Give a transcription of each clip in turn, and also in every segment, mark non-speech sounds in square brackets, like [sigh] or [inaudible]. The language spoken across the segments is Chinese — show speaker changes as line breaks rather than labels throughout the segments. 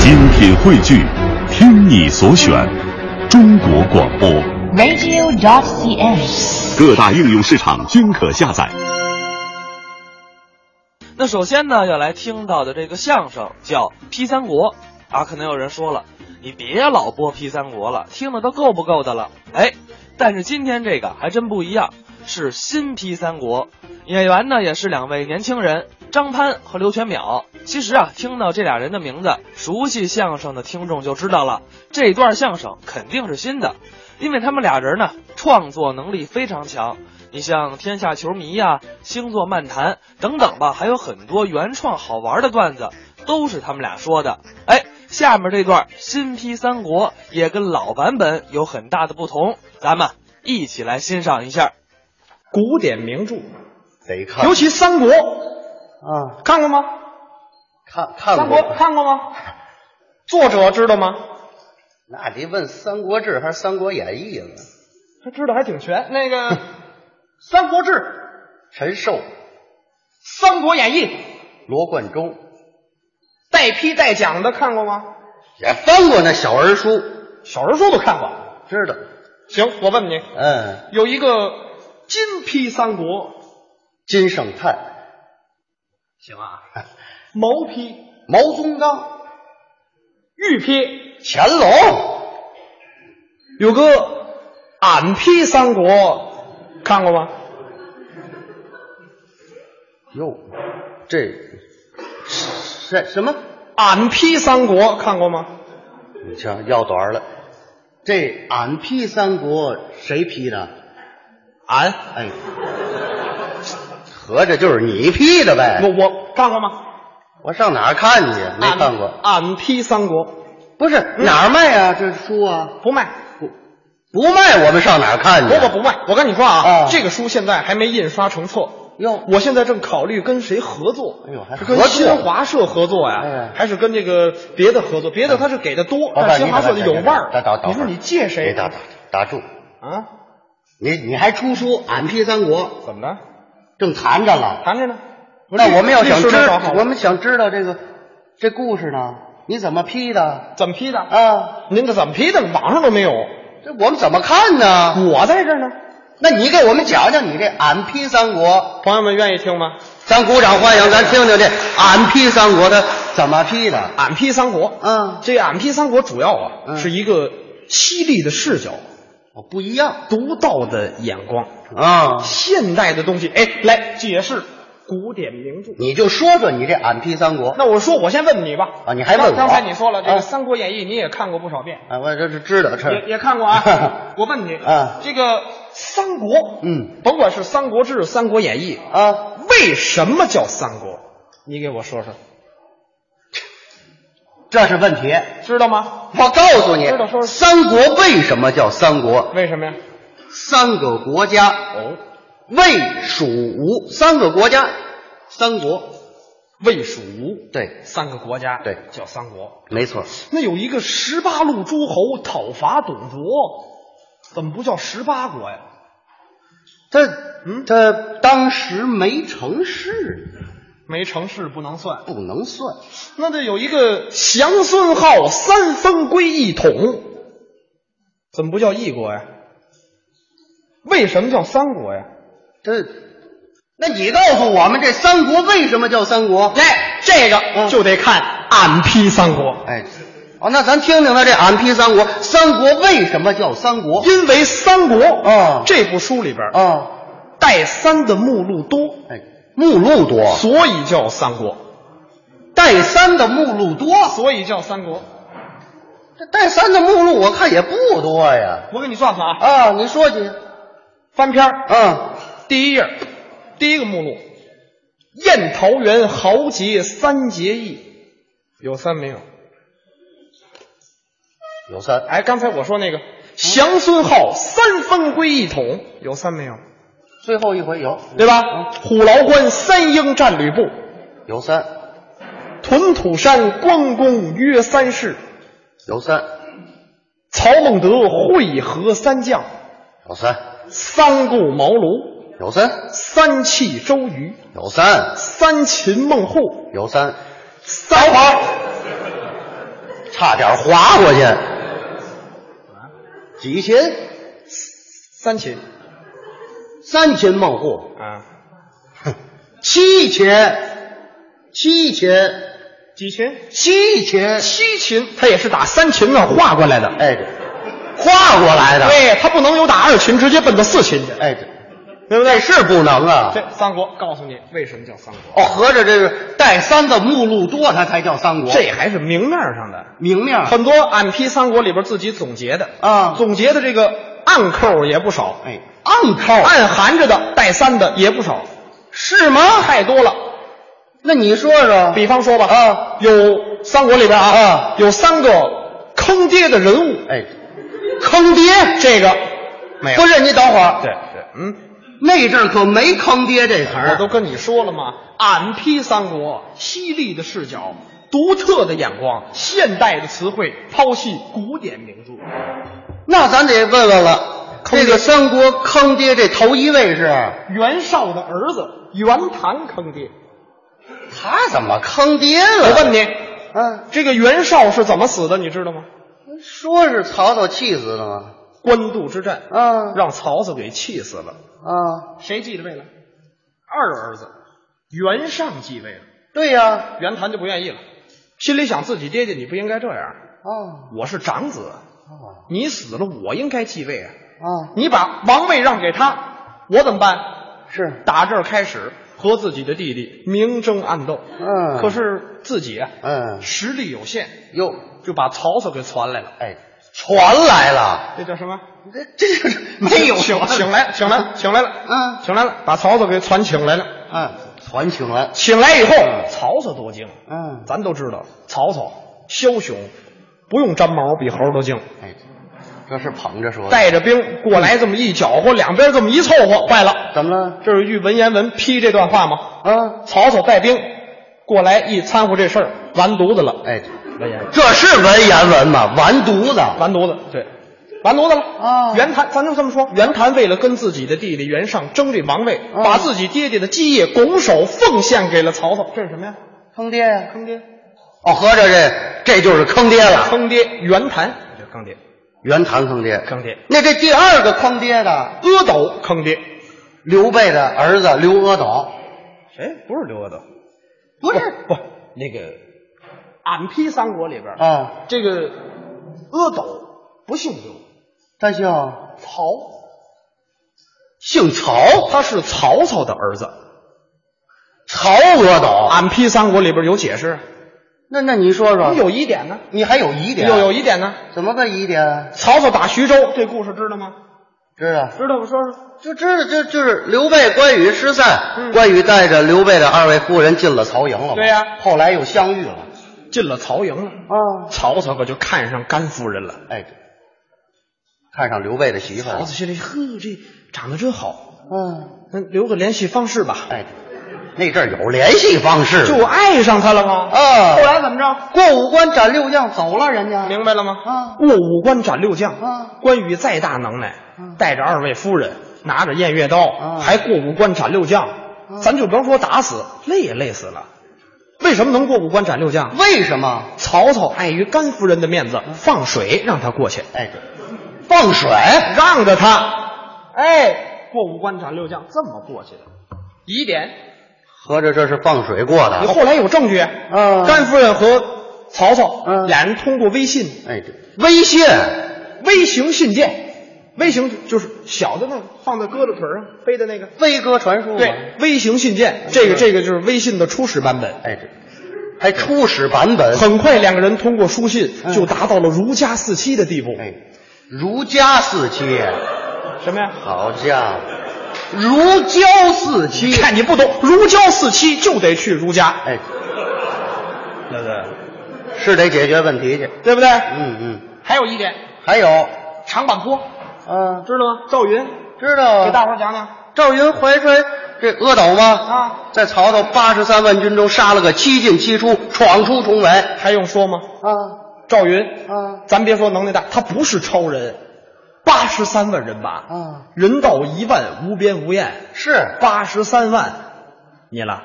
精品汇聚，听你所选，中国广播。
radio.cn。
各大应用市场均可下载。
那首先呢，要来听到的这个相声叫《批三国》啊，可能有人说了，你别老播《批三国》了，听的都够不够的了。哎，但是今天这个还真不一样，是新《批三国》，演员呢也是两位年轻人，张潘和刘全淼。其实啊，听到这俩人的名字，熟悉相声的听众就知道了，这段相声肯定是新的，因为他们俩人呢创作能力非常强。你像《天下球迷》呀、星座漫谈》等等吧，还有很多原创好玩的段子，都是他们俩说的。哎，下面这段新批三国也跟老版本有很大的不同，咱们一起来欣赏一下。
古典名著，
得看
尤其《三国》，
啊，
看过吗？
看
《
看
三国》
过，
看过吗？作者知道吗？
那得问《三国志》还是《三国演义》呢？
他知道还挺全。那个《
[laughs]
三国志》《
陈寿、
三国演义》
罗贯中
带批带讲的看过吗？
也翻过那小儿书，
小人书都看过。
知道？
行，我问你，
嗯，
有一个金批三国，
金圣叹、
行啊，毛批、
[laughs] 毛宗岗、
玉批，
乾隆、
有个俺批三国，看过吗？
哟，这什什么？
俺批三国看过吗？
你瞧，要短了。这俺批三国，谁批的？
俺
哎，合着就是你批的
我
呗？
我看过吗？
我上哪儿看去？没
啊
看过。
俺批三国
不是
嗯
哪儿卖啊？这书啊？
不卖，
不卖，我们上哪儿看去？
我可不卖。我跟你说啊，
啊
这个书现在还没印刷成册。
哟
我现在正考虑跟谁合作。
哎呦还
是跟
合作
新华社合作呀、
哎呀嗯
还是跟这个别的合作？别的他是给的多，但是新华社的有腕儿
打打打，。
你说你借谁
打打打住！
啊？
你你还出书？俺批三国
怎么着？
正谈着了。
谈着呢。
那我们要想
律
知
师都找好，了
我们想知道这个这故事呢，你怎么批的
怎么批的？
啊？
您这怎么批的？网上都没有。
这我们怎么看呢？
我在这儿呢。
那你给我们讲讲你这俺批三国，
朋友们愿意听吗？
咱鼓掌欢迎，咱听听这俺批三国他怎么批的？
俺批三国。
嗯
这个俺批三国主要啊、
嗯
是一个犀利的视角，
哦，不一样
独到的眼光，
啊！
现代的东西，哎，来解释古典名著。
你就说说你这俺批三国。
那我说，我先问你吧。
啊你还问我
刚刚才你说了，这个《
啊
三国演义》你也看过不少遍，
啊，我这是知道这
也也看过啊。我问你，
啊
这个三国，
嗯，
甭管是《三国志》《三国演义》，
啊，
为什么叫三国？你给我说说，
这是问题。
知道吗？
我告诉你
知道说，说
三国为什么叫三国？
为什么呀？
三个国家，
哦，
魏、蜀、吴，三个国家，三国。
魏、蜀、吴，
对，
三个国家，
对
叫三国。
没错。
那有一个十八路诸侯讨伐董卓，怎么不叫十八国呀？
他，嗯，他当时没成事，
没成事不能算。
不能算。
那得有一个降孙浩三分归一统，怎么不叫一国呀？为什么叫三国呀？
这，那你告诉我们，这三国为什么叫三国？
哎，这个
嗯
就得看俺批三国，
哎，哦，那咱听听他这俺批三国，三国为什么叫三国？
因为《三国》
啊
这部书里边
啊，
带三的目录多，
哎，目录多，
所以叫三国，
带三的目录多，
所以叫三国。
这带三的目录我看也不多呀。
我给你算算啊，
啊，你说去。
翻篇儿
啊，
第一页儿，第一个目录，宴桃园豪杰三结义，有三没有？
有三，
哎，刚才我说那个降孙浩三分归一统，有三没有？
最后一回有，
对吧？虎牢关三英战吕布，
有三，
屯土山关公约三世，
有三，
曹孟德会合三将，
有三，
三顾茅庐，
有三，
三气周瑜，
有三，
三秦孟获，
有三，
三皇
差点划过去。几擒？
三秦
三擒孟获，
啊，
七擒，七擒，
几秦？
七擒。
七秦，他也是打三秦呢划过来的。
哎，对跨过来的。
对他不能有打二秦直接奔到四秦去，
哎，对
对不对？
是不能啊。
这三国告诉你为什么叫三国，
哦，合着这个带三的目录多，它才叫三国。
这还是明面上的，
明面儿
很多俺批三国里边自己总结的，
啊，
总结的这个暗扣也不少，
哎，暗扣
暗含着的带三的也不少，
是吗？
太多了。
那你说说，
比方说吧，啊，有三国里边啊，
啊
有三个坑爹的人物，
哎，
坑爹这个
没有
不是你等会儿，
对
对，嗯，
那阵儿可没“坑爹”这词儿，
我都跟你说了吗？俺批三国，犀利的视角，独特的眼光，现代的词汇，剖析古典名著。
那咱得问问了，
坑爹
这个三国坑爹这头一位是
袁绍的儿子袁谭坑爹，
他怎么坑爹了？
我问你，
啊，
这个袁绍是怎么死的？你知道吗？
说是曹操气死的吗？
官渡之战，
啊
让曹操给气死了。
啊，
谁继位了？二儿子袁尚继位了，
对呀，
袁谭就不愿意了，心里想自己爹爹你不应该这样，
哦
我是长子，
哦
你死了我应该继位啊。
哦，
你把王位让给他，我怎么办？
是，
打这儿开始和自己的弟弟明争暗斗。
嗯
可是自己啊，
嗯
实力有限，
哟，
就把曹操给传来了。
哎，传来了，
这叫什么？
这这是
[laughs]
没有
请请来，请来，请来了，
嗯
请来了，把曹操给传请来了。
嗯，传请来，
请来以后，曹操多精，
嗯，
咱都知道，曹操枭雄，不用粘毛，比猴都精。
哎，这是捧着说的，
带着兵过来，这么一搅和，两边这么一凑合，坏了。
怎么了？
这是玉文言文批这段话吗？
啊，
曹操带兵过来一掺和这事儿，完犊子了。
哎，
文言
这是文言文吗？完犊子，
完犊子，对，完犊子了
啊
袁谭，咱就这么说，袁谭为了跟自己的弟弟袁尚争这王位，
啊
把自己爹爹的基业拱手奉献给了曹操，这是什么呀？
坑爹呀！
坑爹，
哦，合着这这就是坑爹了，
坑爹，袁谭，这坑爹，
袁谭坑爹，
坑爹，
那这第二个坑爹的，
阿斗坑爹，
刘备的儿子刘阿斗，
谁？不是刘阿斗，
不是
不那个，俺批三国里边儿，
啊？
这个阿斗不姓刘，
他姓
曹。
姓曹，
他是曹操的儿子。
曹阿斗。
俺批三国里边有解释，
啊那那你说说，
有疑点呢，
你还有疑点？
有有疑点呢。
怎么个疑点？啊
曹操打徐州这故事知道吗？
知道
知道，我说说。
就知道就就是刘备、关羽失散，
嗯
关羽带着刘备的二位夫人进了曹营了嘛
对呀哦
后来又相遇了。
进了曹营了，
啊，
曹操可就看上甘夫人了。哎
哎，看上刘备的媳妇
曹
了
操。心里呵，这长得真好，
嗯，
那留个联系方式吧。
哎，那阵儿有联系方式。
就爱上他了吗？
啊
后来怎么着？
过五关斩六将，走了人家。
明白了吗？
啊
过五关斩六将。
啊，
关羽再大能耐
嗯，
带着二位夫人，拿着偃月刀，
啊
还过五关斩六将，咱就甭说打死，累也累死了。为什么能过五关斩六将？
为什么？
曹操碍于甘夫人的面子，放水让他过去，
哎，放水。
让着他。哎，过五关斩六将这么过去的，疑点。
合着这是放水过
你
的。
后来有证据？
嗯
甘夫人和曹操
嗯
俩人通过微信
哎，微信。
微型信件，微型就是小的那种放在胳膊腿儿上背的那个。
飞鸽传书嘛
对，微型信件，这个这个就是微信的初始版本。
哎，这还初始版本。
很快，两个人通过书信
嗯
就达到了如胶似漆的地步。
哎，如胶似漆，
什么呀？
好家伙，如胶似漆
你。看你不懂，如胶似漆就得去如家，
哎，
对不对？
是得解决问题去。
对不对？
嗯嗯，
还有一点，
还有，
长坂坡，
嗯、
知道吗？赵云，
知道
给大
啊
伙儿讲讲
赵云怀揣这阿斗吗？
啊，
在曹操八十三万军中杀了个七进七出，闯出重围。
还用说吗？
啊
赵云，
啊
咱别说能耐大，他不是超人，八十三万人马，
啊！
人到一万，无边无沿。
是
八十三万，你了，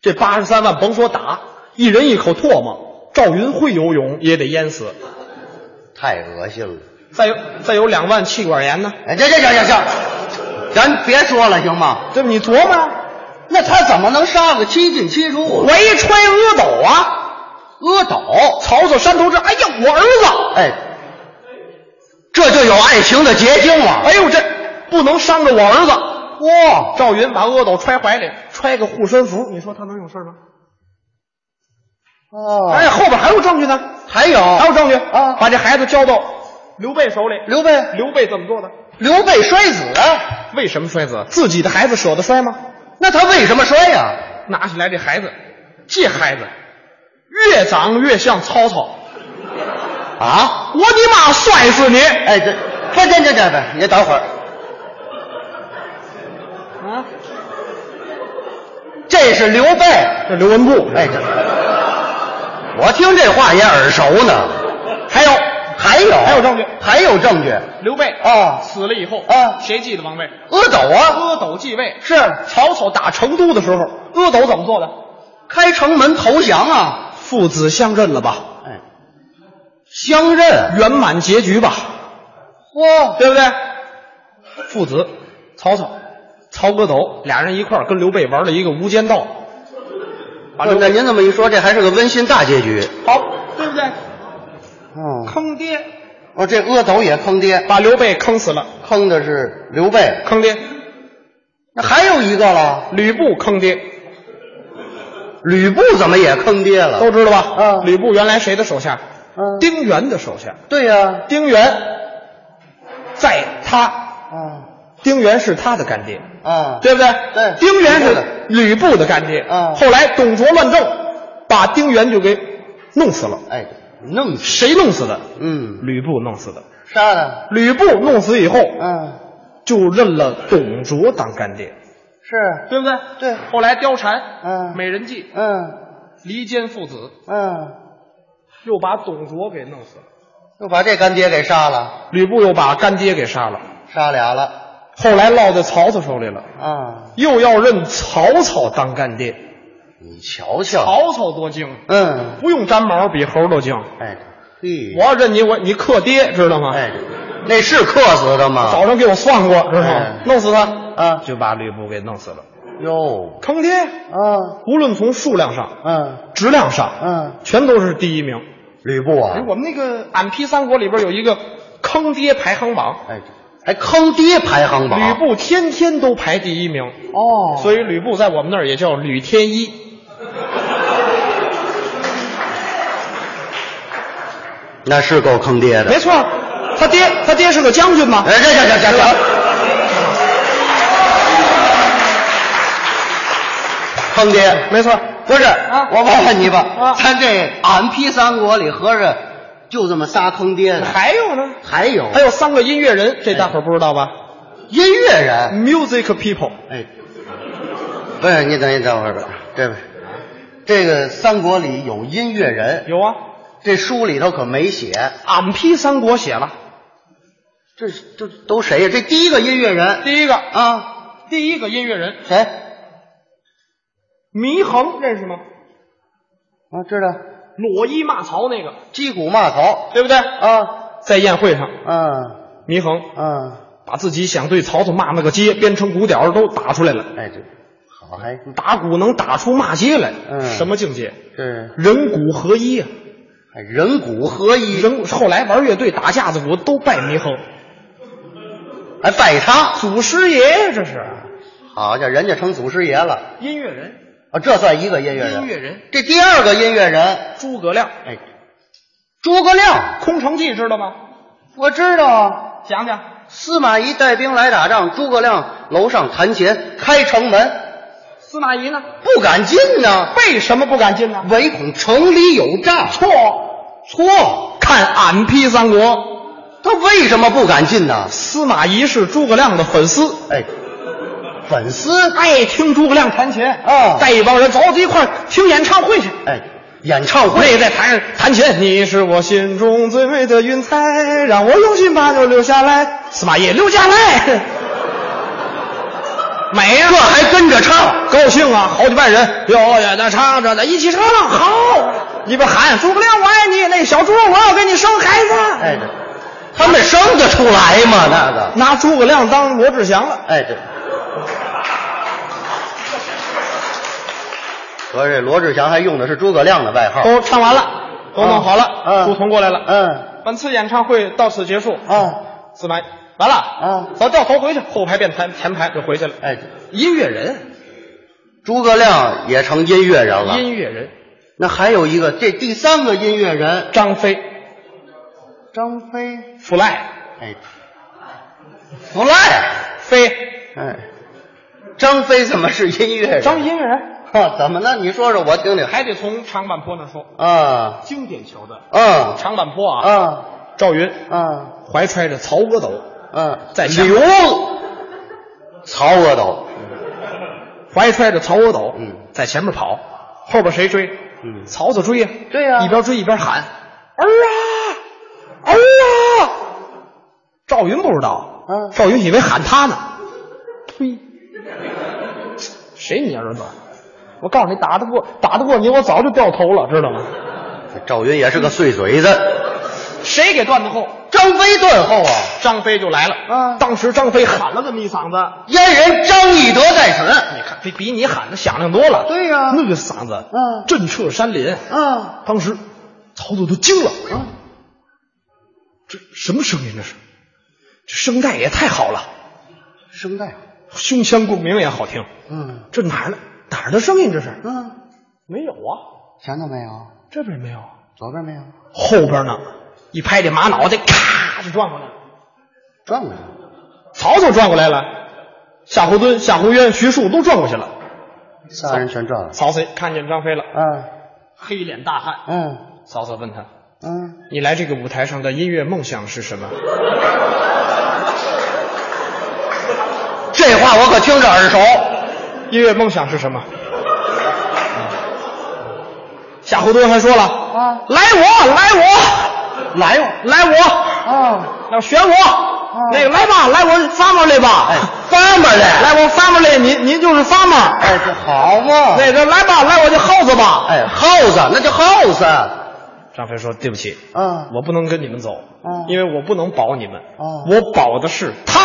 这八十三万甭说打，一人一口唾沫，
赵云会游泳也得淹死。
太恶心了。
再有再有两万气管炎呢？
哎，这这这这这，咱别说了行吗？
这你琢磨，
那他怎么能杀个七进七出？
我一揣阿斗啊，
阿斗，
曹操山头之，哎呀，我儿子，
哎，这就有爱情的结晶了。
哎呦，这不能伤着我儿子。
哇，
赵云把阿斗揣怀里，揣个护身符，你说他能有事吗？
哦
哎，后边还有证据呢，
还有
还有证据
啊
把这孩子交到刘备手里。
刘备，
刘备怎么做的？
刘备摔子啊，
为什么摔子？自己的孩子舍得摔吗？
那他为什么摔呀、
拿起来这孩子，这孩子越长越像曹操。
啊？
我的妈，摔死你！
哎，这不这这这这，你等会儿，
啊，
这是刘备。
这刘文步，
哎，这我听这话也耳熟呢。还有还有
还有证据
还有证据。
刘备
啊
死了以后哦
啊
谁继的王位？
阿斗啊，
阿斗继位。
是
曹操打成都的时候，阿斗怎么做的？
开城门投降啊！
父子相认了吧，
哎，相认。
圆满结局吧，
嚯，
对不对？父子，曹操、曹阿斗俩人一块儿跟刘备玩了一个无间道，把刘
那您这么一说，这还是个温馨大结局。
好，对不对？
哦，
坑爹，
哦，这阿斗也坑爹，
把刘备坑死了，
坑的是刘备。
坑爹，
那还有一个了，
吕布坑爹。
吕布怎么也坑爹了？
都知道吧？
啊
吕布原来谁的手下？
嗯
丁原的手下。
对呀、
丁原在他，
啊，
丁原是他的干爹，
啊啊，
对不对？
对
丁原是吕布的干爹。
啊
后来董卓乱政，把丁原就给弄死了。
哎，弄死，
谁弄死的？
嗯，
吕布弄死的。
杀了，
吕布弄死以后，
嗯，
就认了董卓当干爹，
是，
对不对？
对
后来貂蝉、
嗯
美人计、
嗯
离间父子，
嗯，
又把董卓给弄死了。
又把这干爹给杀了，
吕布又把干爹给杀了。
杀俩了，
后来落在曹操手里了，
啊，
又要认曹操当干爹。
你瞧瞧，
曹操多精，
嗯，
不用粘毛，比猴都精。
哎，嘿，
我要认你，我你克爹，知道吗？
哎，那是克死的吗？
早上给我算过，知道吗
哎？
弄死他，
啊，
就把吕布给弄死了。
哟，
坑爹，
啊，
无论从数量上、
嗯
质量上，
嗯，
全都是第一名。
吕布啊
哎，，我们那个《俺批三国》里边有一个坑爹排行榜，
哎，还坑爹排行榜，
吕布天天都排第一名，
哦，
所以吕布在我们那儿也叫吕天一。
那是够坑爹的
没。错，他爹他爹是个将军嘛。
哎，这这这这这，坑爹
没错，
不是？
啊
我问问你吧，
啊
咱这俺批三国里合着就这么仨坑爹的，
哎还有呢，
还有
还有三个音乐人，这大伙儿不知道吧
音乐
哎
人，
？Music people，
嗯哎，不是你等一等会儿吧，这位，这个三国里有音乐人，
有啊，
这书里头可没写，
俺批三国写了
这这都谁呀？这第一个音乐人
第一个，
啊，
第一个音乐人
谁？啊
祢衡认识吗？
我知道，
裸衣骂曹那个，
击鼓骂曹
对不对？
啊，
在宴会上，
嗯。
祢衡
啊，
把自己想对曹操骂那个街，编成鼓点儿都打出来了。
哎，这好还这
打鼓能打出骂街来，
嗯
什么境界？
是
人鼓合一啊！
哎人骨合一，
人后来玩乐队打架子鼓都拜祢衡，
还拜他，
祖师爷这是
好家伙，人家成祖师爷了
音乐人，
啊！这算一个音乐人，
音乐人
这第二个音乐人，
诸葛亮，
哎，诸葛亮，
空城计知道吗？
我知道，
讲讲。
司马懿带兵来打仗，诸葛亮楼上弹琴，开城门
司马懿呢？
不敢进呢，
为什么不敢进呢？
唯恐城里有诈。
错错，看俺批三国，
他为什么不敢进呢？
司马懿是诸葛亮的粉丝，
哎，粉丝，
爱听诸葛亮弹琴
啊
带一帮人走到一块儿听演唱会去。
哎，演唱会
跪在台上弹琴，你是我心中最美的云彩，让我用心把酒留下来。司马懿留下来，美呀、
这还跟着唱。
高兴啊，好几万人，表演的唱着的，一起唱，好。你们喊“诸葛亮我爱你”，那小猪我要给你生孩子。
哎，对，他们生得出来吗？那个，
拿诸葛亮当罗志祥了。
哎，对。合着罗志祥还用的是诸葛亮的外号。
都唱完了，都弄好了，
嗯
书童过来了。
嗯
本次演唱会到此结束。
啊，
自埋完了
啊
咱掉头回去，后排变前前排就回去了。
哎，对
音乐人，
诸葛亮也成音乐人了。
音乐人，
那还有一个，这第三个音乐人
张飞
张飞，
，fly
哎，不赖，
飞，
哎，张飞怎么是音乐人？
张音乐人，
啊，怎么呢？你说说我听听。
还得从长坂坡那说，
啊
经典桥段。
啊
长坂坡啊，
啊
赵云
啊
怀揣着曹国斗，
啊！
在下
刘曹阿斗，
怀揣着曹国斗，
嗯，
在前面跑，后边谁追？
嗯
曹操追呀，
对呀
一边追一边喊：“儿啊，儿啊！”赵云不知道，
嗯
赵云以为喊他呢，呸，谁你儿子？我告诉你，打得过，打得过你，我早就掉头了，知道吗？
赵云也是个碎嘴子，
谁给断的后？
张飞断后啊，
张飞就来了，
嗯
当时张飞喊了这么一嗓子，
燕人张翼德在此。
你看比比你喊的响亮多了，
对呀
那个嗓子，
嗯
震彻山林，
啊
当时曹操都惊了，
啊！
这什么声音这是？这声带也太好了，
声带，
胸腔共鸣也好听。
嗯
这哪儿呢？哪儿的声音这是？
嗯，
没有啊，
前头没有，
这边没有啊，
左边没有，
后边呢？一拍这马脑袋，咔就转过来了。
转过来。
曹操转过来了，夏侯惇、夏侯渊、徐庶都转过去了。
仨人全转了。
曹操看见张飞了，
嗯
黑脸大汉。
嗯
曹操问他
嗯，：“
你来这个舞台上的音乐梦想是 [laughs] 什么
这话我可听着耳熟。？”
音乐梦想是什么？夏侯惇还说了。
啊
来我，来我，来我，来我，
啊！
那选我，那个来吧，来我发毛来吧，
哎，发们来，
来我发毛来，您您就是发毛，
哎，这好嘛。
那个来吧，来我就耗子吧。
哎，耗子，那就耗子。
张飞说：“对不起，
啊，
我不能跟你们走
嗯，
因为我不能保你们
哦，
我保的是他。”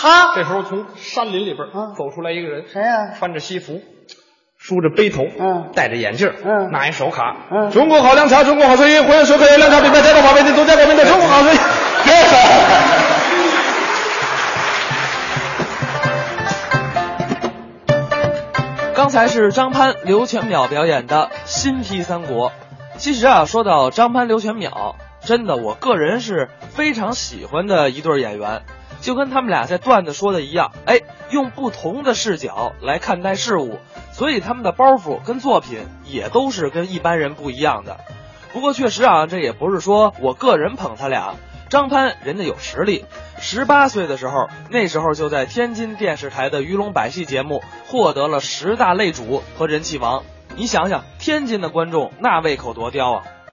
他
这时候从山林里边
嗯
走出来一个人，
谁
啊
呀？
穿着西服，梳着背头，
嗯
戴着眼镜，
嗯
拿一手卡，
嗯
中国好凉茶，中国好声音，欢迎收看《凉茶品牌》，家的宝贝，您独家冠名的中国好声音。
别说。
刚才是张潘、刘全淼表演的新批三国。其实啊，说到张潘、刘全淼，真的我个人是非常喜欢的一对儿演员，就跟他们俩在段子说的一样，哎，用不同的视角来看待事物，所以他们的包袱跟作品也都是跟一般人不一样的。不过确实啊，这也不是说我个人捧他俩。张潘人家有实力，十八岁的时候，那时候就在天津电视台的《鱼龙百戏》节目获得了十大擂主和人气王。你想想，天津的观众那胃口多刁啊！